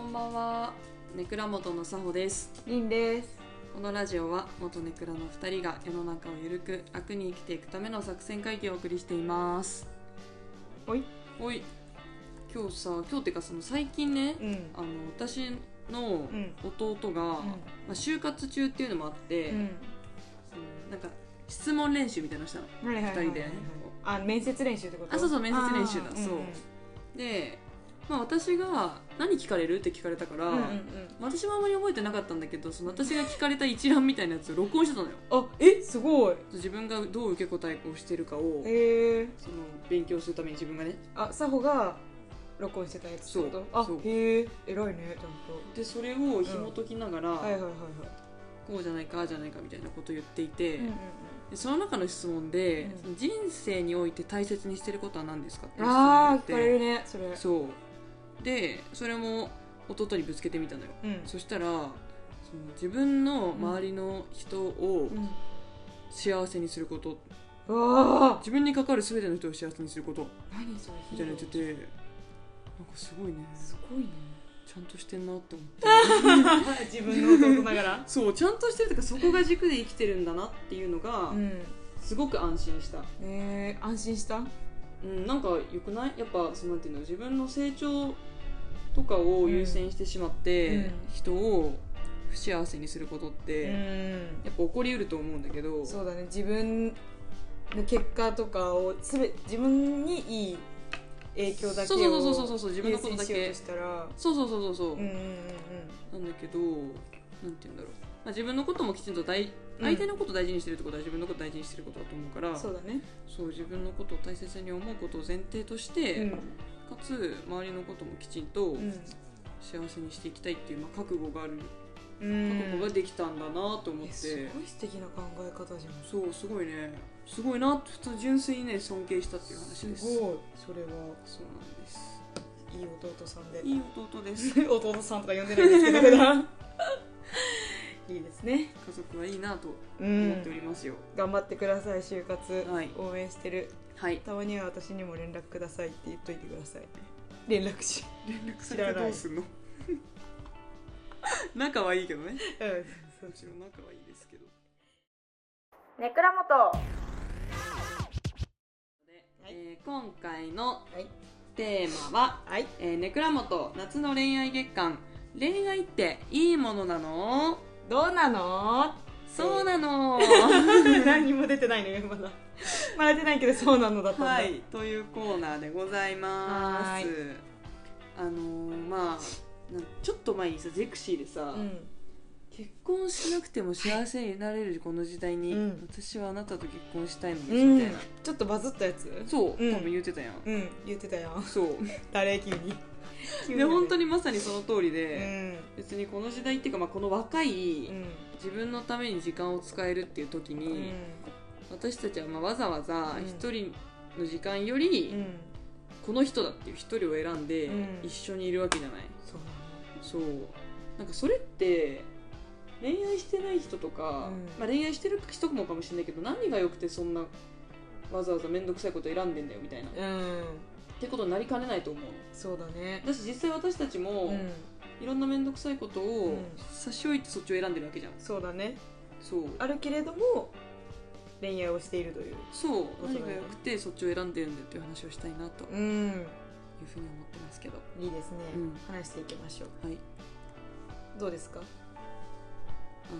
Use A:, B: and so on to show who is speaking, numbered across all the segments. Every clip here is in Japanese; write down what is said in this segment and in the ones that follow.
A: んばんはネクラ元のさほです
B: りんです。
A: このラジオは元ネクラの2人が世の中をゆるく悪に生きていくための作戦会議をお送りしています
B: おい。
A: おい今日さ今日っていうかその最近ね
B: うん。
A: あの私の
B: うん
A: 弟が、まあ、就活中っていうのもあって、
B: うん。
A: そのなんか質問練習みたいなのしたの
B: はいはいはいはいはい。
A: 二人で
B: あ、面接練習ってこと。
A: あそうそう面接練習だ
B: あー
A: そうで、まあ、私が「何聞かれる?」って聞かれたから、
B: うんうんうん
A: 私もあんまり覚えてなかったんだけどその私が聞かれた一覧みたいなやつを録音してたのよ
B: うんうん。あ、え、すごい。
A: 自分がどう受け答えをしてるかを
B: へえ。
A: その勉強するために自分がね
B: あ、さほが録音してたやつってこと。
A: そう
B: あ、へえ。偉いね、ちゃん
A: でそれを紐解きながら、
B: と。はいはいはいは
A: こうじゃないかああじゃないかみたいなことを言っていて、
B: い。うんうんうん
A: でその中の質問で、
B: うん
A: その人生において大切にしてることは何ですかっていう質問があ
B: あ
A: っ
B: ー、聞かれる
A: て
B: ね、それ。う
A: そうでそれも弟にぶつけてみたのよ
B: ん。
A: そしたらその自分の周りの人を
B: う
A: 幸せにすること、
B: ん。わあ。
A: 自分に関わる全ての人を幸せにすること
B: 何それ。
A: みたいなの言っててなんかすごいね
B: すごいね。
A: ちゃんとしてんなって思って
B: 自分の弟ながら。
A: そうちゃんとしてるとかそこが軸で生きてるんだなっていうのが
B: うん。
A: すごく安心した、
B: えー、安心した。
A: うん、なんかよくないやっぱそのなんていうの自分の成長とかを優先してしまって、
B: うん
A: 人を不幸せにすることって、
B: ん。
A: やっぱ起こりうると思うんだけど
B: そうだね自分の結果とかをすべ自分にいい影響だけを
A: そうそうそうそうそう自分のことだけ
B: 優先しようとしたら
A: そうそうそうそうそう、
B: うんうんうん
A: なんだけどなんて言うんだろう、まあ、自分のこともきちんと大
B: うん
A: 相手のことを大事にしてるってことは自分のことを大事にしてることだと思うから、
B: うんそうだね
A: そう自分のことを大切に思うことを前提として、
B: うん
A: かつ周りのこともきちんと幸せにしていきたいっていう、まあ、覚悟がある
B: うん
A: 覚悟ができたんだなと思っ
B: え
A: て、
B: すごい素敵な考え方じゃ
A: そうすごいねすごいな普通純粋にね尊敬したっていうん話
B: す
A: です
B: ごいそれは
A: そうなんです
B: いい弟さんで
A: いい弟です
B: 弟さんとか呼んでるんですけど 普段いいですね
A: 家族はいいなと
B: う
A: 思ってお
B: ん
A: りますよ、
B: 頑張ってください就活
A: はい
B: 応援してる
A: はい
B: たまには私にも連絡くださいって言っといてください連絡し
A: 連絡先はどうすんの 仲はいいけどね
B: うん
A: もちろん仲はいいですけど
B: ネクラ元
A: で、
B: はい
A: えー今回の
B: はい
A: テーマは
B: はい
A: 「えー、ネクラモト夏の恋愛月間恋愛っていいものなの
B: どうなの
A: そうなの
B: 何も出てないのよまだまだ出てないけどそうなのだったんだ、
A: はい、というコーナーでございま
B: は
A: す
B: ー
A: あのーまあなんちょっと前にさゼクシーでさ、
B: うん、
A: 結婚しなくても幸せになれるこの時代に、
B: うん
A: 私はあなたと結婚したいのです、
B: うん
A: みたいな
B: ちょっとバズったやつ
A: そう、
B: うん
A: 多分言ってたやん
B: うん言ってたやん
A: そう
B: 誰急に急
A: で本当
B: に
A: にまさにその通り
B: う
A: で、
B: ん
A: 別にこの時代っていうか、まあ、この若い
B: うん
A: 自分のために時間を使えるっていう時に、
B: うん
A: 私たちはまあわざわざ
B: うん
A: 一人の時間より、
B: うん
A: この人だっていう一人を選んで
B: うん
A: 一緒にいるわけじゃない、
B: そ
A: そ
B: う
A: うなんかそれって恋愛してない人とか、
B: うん
A: まあ、恋愛してる人もかもしれないけど何が良くてそんなわざわざ面倒くさいこと選んでんだよみたいな、っ
B: だねうん
A: てことになりかねないと思う
B: そうだね
A: だし実際私たちも、
B: うん
A: いろんな面倒くさいことを
B: うん
A: 差し置いてそっちを選んでるわけじゃん
B: そうだね
A: そう
B: あるけれども恋愛をしているという
A: そう
B: そうだね
A: 何が良くてそっちを選んでるんだよっていう話をしたいなという
B: うん
A: ふうに思ってますけど
B: いいですね、
A: うん
B: 話していきましょう
A: はい
B: どうですか
A: あ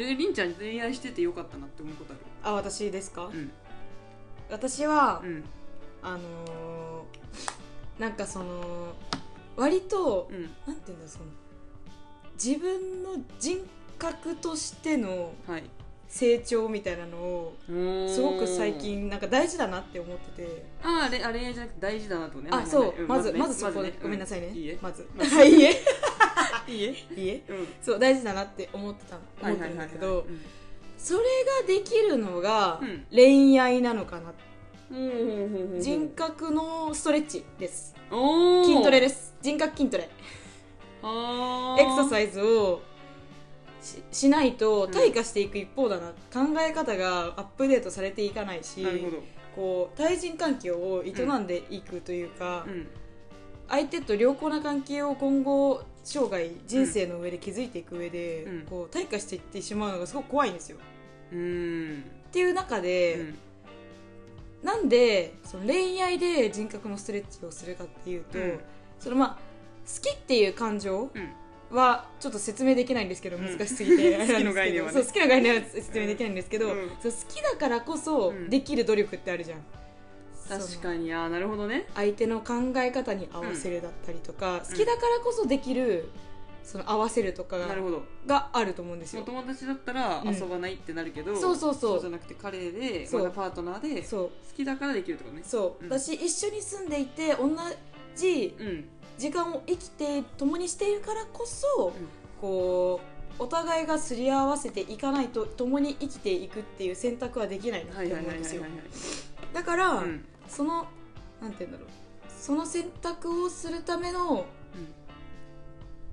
A: のーえりんちゃん恋愛しててよかったなって思うことあ
B: あ私ですか、
A: る
B: 私は、
A: うん
B: あのーなんかその割と、
A: うん
B: なんていうんだその自分の人格としての
A: はい
B: 成長みたいなのをすごく最近なんか大事だなって思ってて
A: ああれあ恋愛じゃなくて大事だなとね
B: あそう、
A: ん
B: まず
A: ね
B: まずそこで、
A: ね
B: ごめんなさいね、
A: うんいいえ
B: まず、
A: まず
B: はいいいえ
A: いいえ
B: いいえ
A: うん
B: そう大事だなって思ってた思ってるんだけどそれができるのが
A: うん
B: 恋愛なのかな、
A: うん
B: 人格のストレッチです
A: おー
B: 筋トレです人格筋トレ
A: あ
B: エクサ
A: イ
B: サイズをししないと
A: うん
B: 退化していく一方だな、考え方がアップデートされていかないし
A: なるほど
B: こう対人関係を営んでいくというか、
A: うん
B: 相手と良好な関係を今後生涯人生の上で築いていく上で、
A: うん
B: こう退化していってしまうのがすごく怖いんですよ。
A: うん
B: っていう中
A: う
B: で、
A: ん
B: なんでその恋愛で人格のストレッチをするかっていうと、
A: うん
B: そのまあ好きっていう感情
A: うん
B: はちょっと説明できないんですけど
A: うん
B: 難しすぎ て、
A: 好
B: あれな
A: き
B: んで
A: の
B: すけ
A: 概念
B: ど
A: はね
B: そう好きの概念は説明できないんですけど、
A: うん
B: そう好きだからこそ
A: うん
B: できる努力ってあるじゃん。
A: 確
B: に
A: かにあーなるほどね
B: 相手の考え方に合わせるだったりとか、好きだからこそできるその合わせるとか
A: な
B: が
A: るほど
B: があると思うんです
A: お
B: よ。
A: 友達だったら
B: うん
A: 遊ばないってなるけど、
B: そうそうそう
A: じゃなくて彼で
B: そう
A: まだパートナーで好
B: そう
A: きだからできるってことね
B: そう、
A: うん
B: 私一緒に住んでいて同じ
A: うん
B: 時間を生きて共にしているからこそ、
A: うん
B: こうお互いがすり合わせていかないと共に生きていくっていう選択はできないなっ
A: はい
B: て
A: はい
B: 思
A: は
B: う
A: い
B: ん
A: はいは
B: です
A: い
B: よ
A: はい
B: だから、
A: うん
B: そのなんて言うんだろうその選択をするための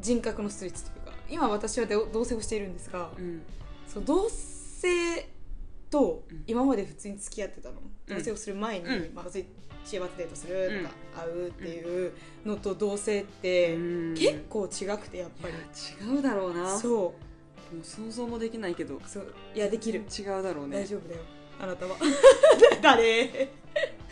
B: 人格のストレッチというか今私はで同棲をしているんですが、
A: うん
B: そう同棲と
A: うん
B: 今まで普通に付き合ってたの、
A: うん
B: 同棲をする前に、
A: うん
B: まあ、普通に知恵バデートするとか、会うっていうのと同棲って、
A: うん
B: 結構違くてやっぱり、
A: 違うだろうなも
B: そう
A: 想像もできないけど
B: うそういやできる、
A: 違うだろうね
B: 大丈夫だよあなたは 誰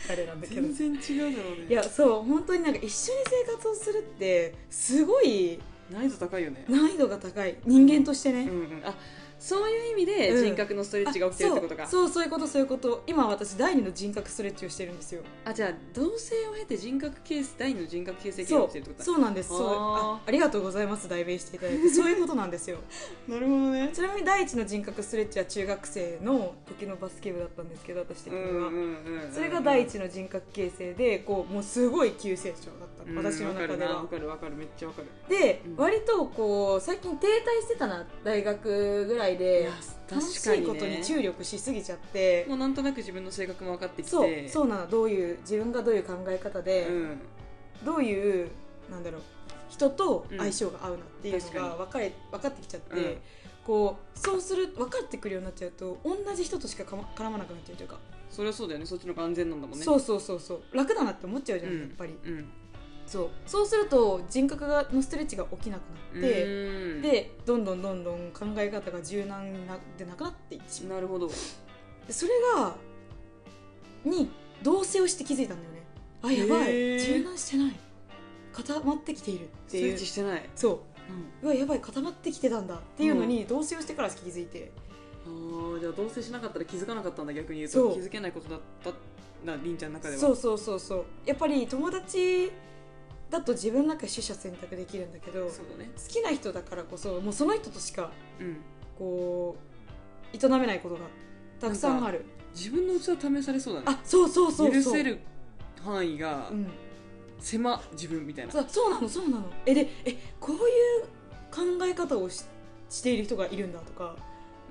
B: 誰なんだけど
A: 全然違うだろうね
B: いやそう本当になんか一緒に生活をするってすごい
A: 難易度高いよね
B: 難易度が高い人間としてね、
A: うんうんあそういう意味で人格のストレッチが起きてるってことか、
B: あそうそうそういうことそういうこと今私第二の人格ストレッチをしてるんですよ
A: あじゃあ同性を経て人格形成第二の人格形成期が
B: そ
A: 起
B: う
A: きてるってこと
B: そうなんですそう
A: あ
B: あありがとうございます代弁していただ いてそういうことなんですよ
A: なるほどね
B: ちなみに第一の人格ストレッチは中学生の時のバスケ部だったんですけど私的
A: うん
B: には、
A: うんうんうん
B: それが第一の人格形成でこうもうすごい急成長だった
A: うん
B: の私の中では
A: わ。かるなわかるわかるめっちゃわかる
B: で、
A: うん
B: 割とこう最近停滞してたな大学ぐらい
A: い
B: で
A: や
B: 楽
A: 確
B: し
A: か
B: い
A: に、ね、
B: ことに注力しすぎちゃって、
A: もうなんとなく自分の性格も分かってきて
B: そうそうなのどういう自分がどういう考え方で、
A: うん、
B: どういうなんだろう人と相性が合うなっていうのが
A: う
B: 分かれ分かってきちゃって、
A: うん
B: こうそうする分かってくるようになっちゃうと同じ人としかかま絡まなくなっちゃうというか、
A: それはそうだよねそっちの方が安全なんだもんね、
B: そううそうそうそう楽だなって思っちゃうじゃん、
A: うん
B: やっぱり
A: うん、
B: そうそうすると人格がのストレッチが起きなくなって。
A: うん
B: でどんどんどんどん考え方が柔軟になでなくなっていってしま
A: なるほど
B: うそれがに同棲をして気づいたんだよねあやばい
A: へー
B: 柔軟してない固まってきているっ
A: ス
B: て
A: ト
B: い
A: レ
B: う
A: ッチしてない、
B: そう
A: うん
B: うわやばい固まってきてたんだっていうのに同棲をしてから気づいて、
A: あーじゃあ同棲しなかったら気づかなかったんだ逆に言う
B: そ
A: と
B: う
A: 気づけないことだったなりんちゃんの中では
B: そうそうそうそうやっぱり友達だと自分の中で取捨選択できるんだけど好
A: そうだね
B: きな人だからこそもうその人としか
A: うん
B: こう営めないことがたくさんある
A: 自分の器試されそうだね
B: あそうそうそうそう
A: 許せる範囲が
B: うん
A: 狭自分みたいな
B: そうそうなのそうなのえでえこういう考え方をししている人がいるんだとか、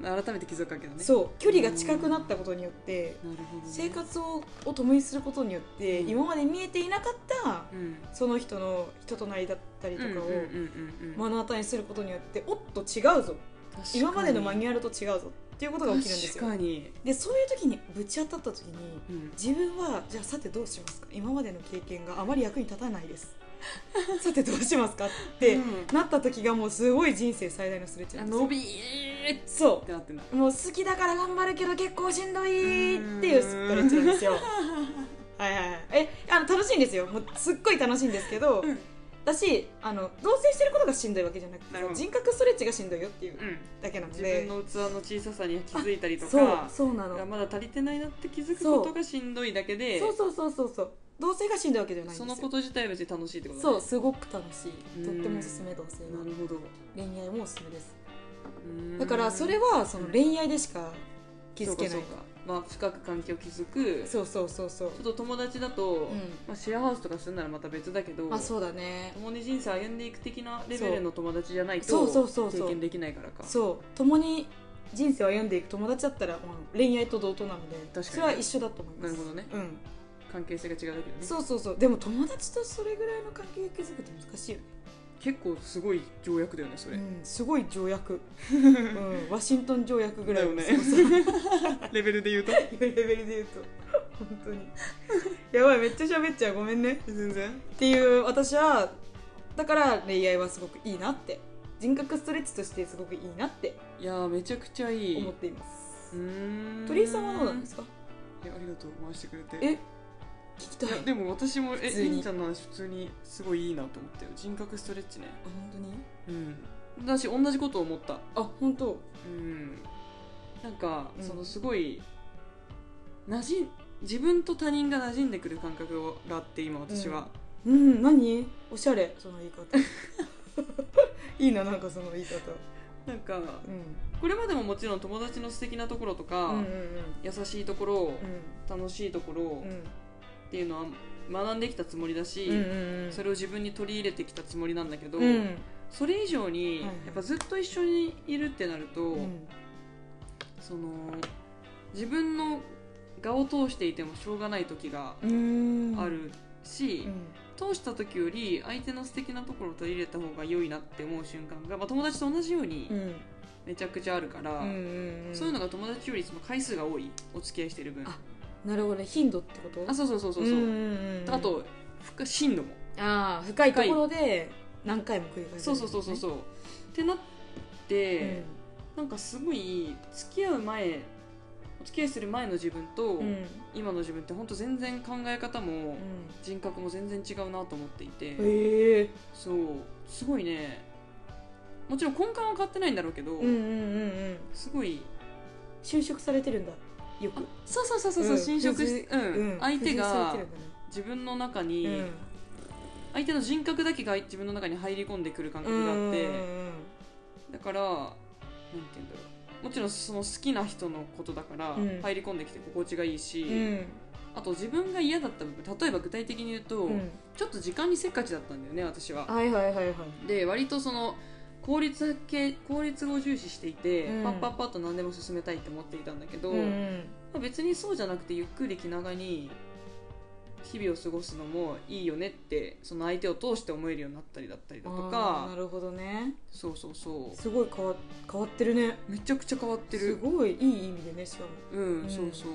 A: 改めて気づくわけだね
B: そう距離が近くなったことによって
A: なるほどね、
B: 生活をを共にすることによって、
A: うん
B: 今まで見えていなかった
A: うん
B: その人の人となりだったりとか
A: うんうんうん
B: を
A: うんうん
B: 目の当たりにすることによっておっと違うぞ
A: 確かに
B: 今までのマニュアルと違うぞっていうことが起きるんです
A: 確か
B: よ
A: に、
B: でそういう時にぶち当たった時に
A: うん、
B: 自分はじゃあさてどうしますか今までの経験があまり役に立たないです さてどうしますかって、
A: うん
B: なった時がもうすごい人生最大のスレッチ
A: あ
B: なんです
A: 伸
B: よ
A: びーっ
B: そ
A: てなってんだ
B: うもう好きだから頑張るけど結構しんどいっていうストレッチなんですよはいはいはいえあの楽しいんですよもうすっごい楽しいんですけど、
A: うん
B: だしあの同棲してることがしんどいわけ じゃなく
A: な
B: て
A: るほど
B: 人格ストレッチがしんどいよってい
A: う
B: う
A: ん、
B: だけなの
A: 自分
B: で
A: の器の小ささに気づいたりと
B: そう
A: か
B: そうなの
A: まだ足りてないなって気づくことがしんどいだけで
B: そうそうそうそうそう同棲がしんどいわけじゃないんです
A: その
B: よ
A: こと自体は別に楽しいってことだ
B: そ
A: ね
B: うすごく楽し
A: うん
B: いとってもおすすめ同性
A: な
B: は
A: るほど
B: 恋愛もおすすめです
A: うん
B: だからそれはその恋愛でしか気づけな
A: そう
B: い
A: かそうかまあ深く関係を築くちょ
B: そうそうそうそう
A: っと友達だと、
B: う
A: まあ、シェアハウスとかするならまた別だけど
B: んあそうだね
A: 共に人生歩んでいく的なレベルの友達じゃない
B: そうそ
A: と
B: うそうそう
A: 経験できないからか
B: そう共に人生を歩んでいく友達だったら、うん恋愛と同等なので
A: かに
B: それは一緒だと思います
A: なるほどね
B: うん、
A: 関係性が違うだけどね
B: そうそうそうでも友達とそれぐらいの関係を築くって難しいよね、
A: 結構すごい条約だよねそれ、
B: うん、すごい条約、うん、ワシントン条約ぐらいの
A: だよね
B: そうそう
A: レベルで言うと
B: レベルで言うと本当にやばいめっちゃ喋っちゃうごめんね
A: 全然
B: っていう私はだから恋愛はすごくいいなって人格ストレッチとしてすごくいいなって
A: いやーめちゃくちゃいい
B: 思っ
A: う
B: ています
A: ーん
B: 鳥居さんはどうなんですか
A: いやありがとう回してくれて
B: え聞き
A: い
B: たい
A: やでも私もえ
B: 普通に
A: りんちゃんの話普通にすごいいいなと思ったよ人格ストレッチね
B: あ本当に
A: うんだし同じこと思った
B: あ本当
A: うんなんか、
B: うん
A: そのすごい馴染ん自分と他人が馴染んでくる感覚があって今私は、
B: うん何おしゃれその言い 方いいななんかその言い方
A: なんか
B: うん
A: これまでももちろん友達の素敵なところとか、
B: うんうん
A: 優しいところ、
B: う
A: 楽しいところ、
B: んうん
A: っていうのは学んできたつもりだし、
B: うんうんうん
A: それを自分に取り入れてきたつもりなんだけど、
B: うん
A: それ以上に
B: はいはい
A: やっぱずっと一緒にいるってなると、
B: うん
A: その自分の画を通していてもしょうがない時が
B: うん
A: あるし
B: う、ん
A: 通した時より相手の素敵なところを取り入れた方が良いなって思う瞬間が、まあ、友達と同じように
B: うん
A: めちゃくちゃあるから、
B: うんうん
A: そういうのが友達よりその回数が多いお付き合いしてる分
B: あなるほどね頻度ってこと
A: あそうそうそうそうそう、
B: んんうん
A: あと深深度も
B: ああ深いところで何回も繰り返す
A: そうそうそうそう
B: う
A: そうってなって、なんかすごい付き合う前お付き合いする前の自分と、
B: うんうん
A: 今の自分って本当全然考え方も
B: うん
A: 人格も全然違うなと思っていて、
B: へえ
A: そうすごいねもちろん根幹は変わってないんだろうけど、
B: うんうんうんうん
A: すごい
B: 就職されてるんだよく
A: そうそうそうそう、そう
B: うん
A: 侵食し、うん
B: うん
A: 相手
B: 付随さ
A: が
B: れてるんだね
A: 自分の中に、
B: うん
A: 相手の人格だけが自分の中に入り込んでくる感覚があって、
B: うんうんうん
A: だからなんて言うんだろうもちろんその好きな人のことだから
B: うん
A: 入り込んできて心地がいいし、
B: うん
A: あと自分が嫌だった部分例えば具体的に言うと、
B: うん
A: ちょっと時間にせっかちだったんだよね私は。
B: はいはいはいはい
A: で割とその効率系効率を重視していて、
B: うん
A: パッパッパッと何でも進めたいって思っていたんだけど、
B: うんう
A: まあ
B: ん
A: 別にそうじゃなくてゆっくり気長に日々を過ごすのもいいよねってその相手を通して思えるようになったりだったりだと
B: あーな
A: か
B: るほどね
A: そうそうそ
B: すごい変わ変わってるね
A: うめちゃくちゃ変わってる
B: すごいいい意味でねしかも
A: うん、
B: うん
A: そうそう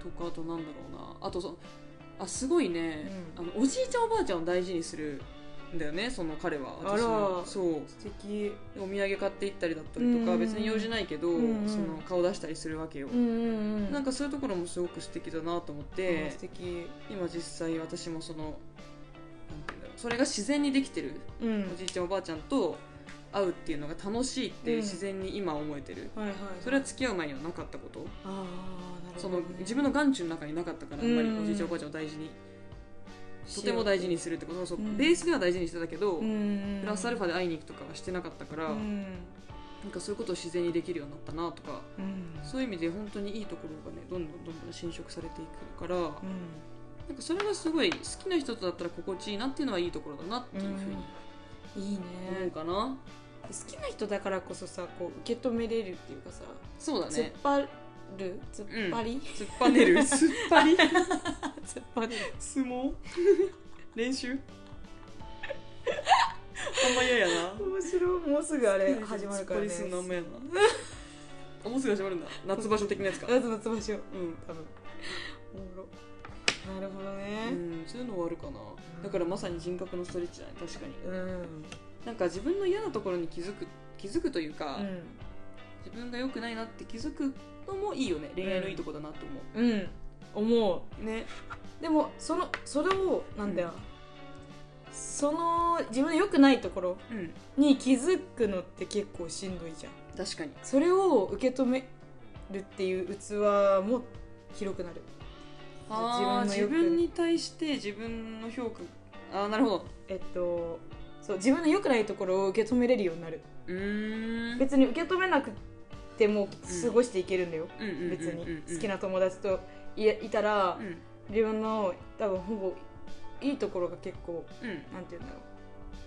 A: とかあとなんだろうなあとそあすごいね、あのおじいちゃんおばあちゃんを大事にするんだよねその彼は
B: あら
A: のそう
B: 素敵
A: お土産買って行ったりだったりとか、
B: うん
A: 別に用事ないけど、
B: うん
A: その顔出したりするわけよ、
B: うんうんうん
A: なんかそういうところもすごく素敵だなと思っ
B: あー
A: て
B: 素敵
A: 今実際私もそのなんて言うんだろうそれが自然にできてる、
B: うん
A: おじいちゃんおばあちゃんと会うっていうのが楽しいって自然に今思えてる、
B: はいはい
A: それは付き合う前にはなかったこと、
B: ああなる
A: そ
B: ほど
A: の
B: ね
A: 自分の眼中の中になかったからあんまり
B: うん
A: おじいちゃんおばあちゃんを大事にとても大事にするってことはそう
B: うん
A: ベースでは大事にしてたけど、
B: うん
A: プラスアルファで会いに行くとかはしてなかったから、
B: うん
A: なんかそういうことを自然にできるようになったなとか
B: うん
A: そういう意味で本当にいいところがねどんどんどんどん侵食されていくから、
B: う
A: なんかそれがすごい好きな人とだったら心地いいなっていうのはいいところだなっていうふうに
B: んいいね
A: 思うかな、
B: 好きな人だからこそさこう受け止めれるっていうかさ、
A: そうだ
B: 突っ
A: ね
B: 張る突っ張り、
A: 突っぱね る突っ張り
B: 突っ張る
A: 相撲練習あんま嫌やな
B: 面白いもうすぐあれ
A: うん
B: 始まるからね
A: 突っ張りすんのあんま
B: 夏
A: やなあもうすぐ始まるんだ夏場所的なやつか
B: のつばしを
A: うん
B: 多分おもろなるほど
A: う
B: ね
A: ん、そういうのはあるかなだからまさに人格のストレッチだね確かに
B: うん
A: なんか自分の嫌なところに気づく気づくというか、
B: うん
A: 自分が良くないなって気づくのもいいよね恋愛のいいとこだなと思
B: うん思う
A: う、ね
B: でもそのそれをなんだよ、その自分の良くないところ
A: うん
B: に気づくのって結構しんどいじゃん
A: 確かに
B: それを受け止めるっていう器も広くなる
A: あー
B: 自
A: 自
B: 分の良く
A: 分に対して自分の評価あーなるほど
B: えっとそう自分の良くないところを受け止めれるようになる
A: うーん
B: 別に受け止めなくても過ごしていけるんだよ、
A: うんうんうんうん
B: 別に好きな友達といいたら
A: うん
B: 自分の多分ほぼいいところが結構
A: うん
B: なんて言うんだろ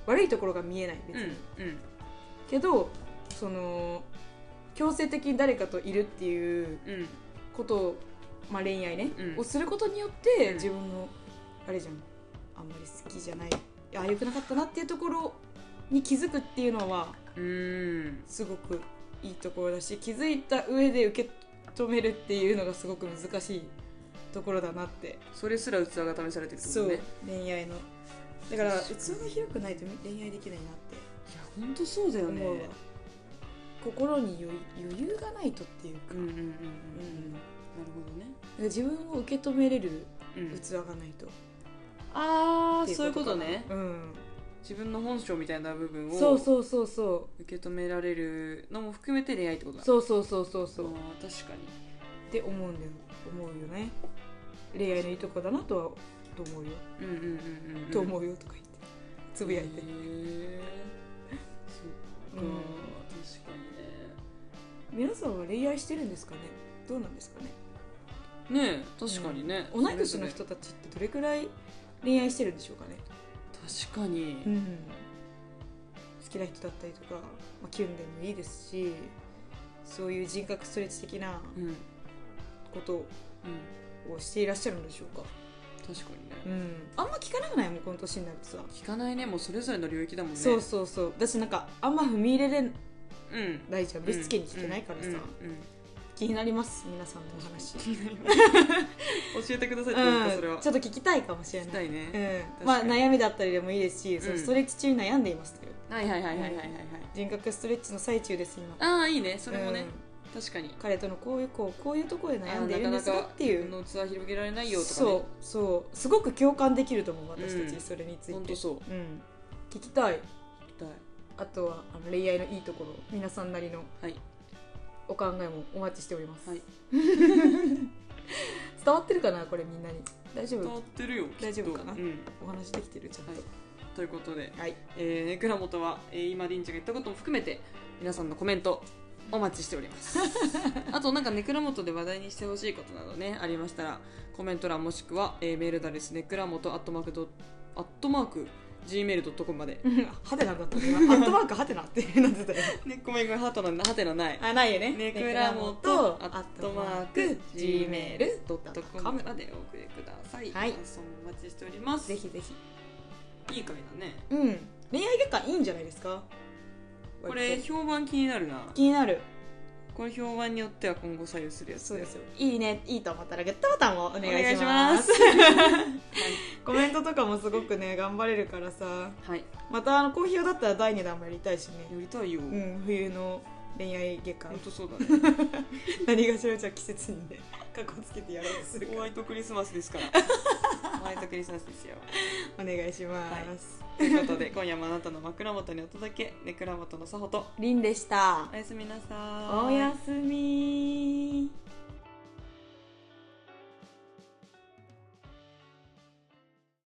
B: う悪いところが見えない別
A: うん
B: に、
A: うん
B: けどその強制的に誰かといるっていう
A: うん
B: ことを、まあ、恋愛ね、
A: うん
B: をすることによって、
A: うん
B: 自分のあれじゃんあんまり好きじゃないああよくなかったなっていうところに気づくっていうのは
A: うーん
B: すごくいいところだし気づいた上で受け止めるっていうのがすごく難しいところだなって
A: それすら器が試されてるってこと
B: そう、
A: ねいや
B: 恋愛のだから
A: 確
B: 器
A: かに
B: が広くないと恋愛できないなって
A: 本当そうだよね
B: 思うわ心に余裕余裕がないとっていうか、
A: うんうんうんうん
B: うん
A: なるほどね、
B: 自分を受け止めれる
A: うん、
B: 器がないと、
A: あ
B: って
A: あそういうことね
B: かなうん
A: 自分の本性みたいな部分を
B: そうそうそうそ
A: 受け止められるのも含めて恋愛ってこと
B: う
A: だ
B: そうそうそうそうそう
A: あ
B: っ
A: ー確かに
B: て思うんだよ思うよね恋愛のいいとこだなとはと思うよ、
A: うんうんうんうん
B: と思うよとか言ってつぶやいて
A: へ、ーそっか、
B: うん
A: 確か
B: 皆さんは恋愛してるんですかねどうなんですかね
A: にねねえ確かにね、
B: 同い年の
A: それぞ
B: 人たちってどれくらい恋愛してるんでしょうかね、
A: れ確かに、
B: うん、好きな人だったりとか、まあ、キュンでもいいですしそういう人格ストレッチ的な
A: うんうん、
B: ことをしていらっしゃるんでしょうか、
A: 確かにね、
B: うん、あんま聞かなくないもんこの年になるとさ、
A: 聞かないねもうそれぞれの領域だもんね
B: そうそうそう私なんかあんま踏み入れれ
A: う、うん、
B: ないじゃんぶしつけに聞けないから
A: う
B: さ、
A: んうん
B: 気になります皆さんのお話、
A: 気 になります教えてくださいって言っ
B: う
A: たそれは
B: ん、ちょっと聞きたいかもしれ
A: 聞き
B: な
A: た
B: い
A: いね、
B: う
A: 確
B: ん、まあ
A: かに
B: 悩みだったりでもいいですし、そうの
A: ん
B: ストレッチ中に悩んでいますという
A: はいはいはいはいはいはいはい
B: 人格ストレッチの最中です今
A: ああいいねそれもね、
B: うん
A: 確かに
B: 彼とのこういうこうこういうところで悩んでいる
A: あー
B: んで
A: な
B: す
A: かな
B: が
A: か
B: っていう
A: 自分の器広げられないよとかね
B: そうそうすごく共感できると思う私たち、
A: うん
B: それについて
A: 本当そう
B: うん、聞きたい
A: 聞きたい
B: あとはあの恋愛のいいところ皆さんなりの
A: はい
B: お考えもお待ちしております、
A: はい
B: 伝わってるかなこれみんなに大丈
A: 伝わ
B: 夫
A: ってるよきっと
B: 大丈夫かな
A: うん
B: お話できてるちゃん
A: はい
B: と
A: ということで、
B: はい、
A: えー、倉本は、えー、今りんちゃんが言ったことも含めて皆さんのコメントお待ちしております あとなんかね倉本で話題にしてほしいことなどねありましたらコメント欄もしくは、えー、メールアドレスね倉本アットマークドアットマーク gmail.com まで
B: ハテナだったねアットマークハテナってなってたよ
A: ねごめんごめんハートなんハテナない
B: あないよね
A: ねくらもとアットマーク gmail.com までお送りください
B: はい
A: 感想もお待ちしております
B: ぜひぜひ
A: いい回だね
B: うん恋愛月間いいんじゃないですか
A: これ評判気になるな
B: 気になる
A: この評判によっては今後左右するやつ
B: そうですよいいねいいと思ったらグッドボタンをお願
A: お願
B: い
A: い
B: し
A: し
B: ま
A: ますす
B: コメントとかもすごくね頑張れるからさ
A: はい
B: またあの好評だったら第2弾もやりたいしね
A: やりたいよ、
B: う
A: 本
B: ん冬の恋愛月間
A: 当そうだ ね
B: 何がしらじゃあ季節にねかっこつけてやろうとするか
A: ホ
B: ら
A: ワイトクリスマスですから ホワイトクリスマスですよ
B: お願いします、
A: ということで今夜もあなたの枕元にお届けねくらもとのさほと
B: りんでした
A: おやすみなさーい
B: おやすみ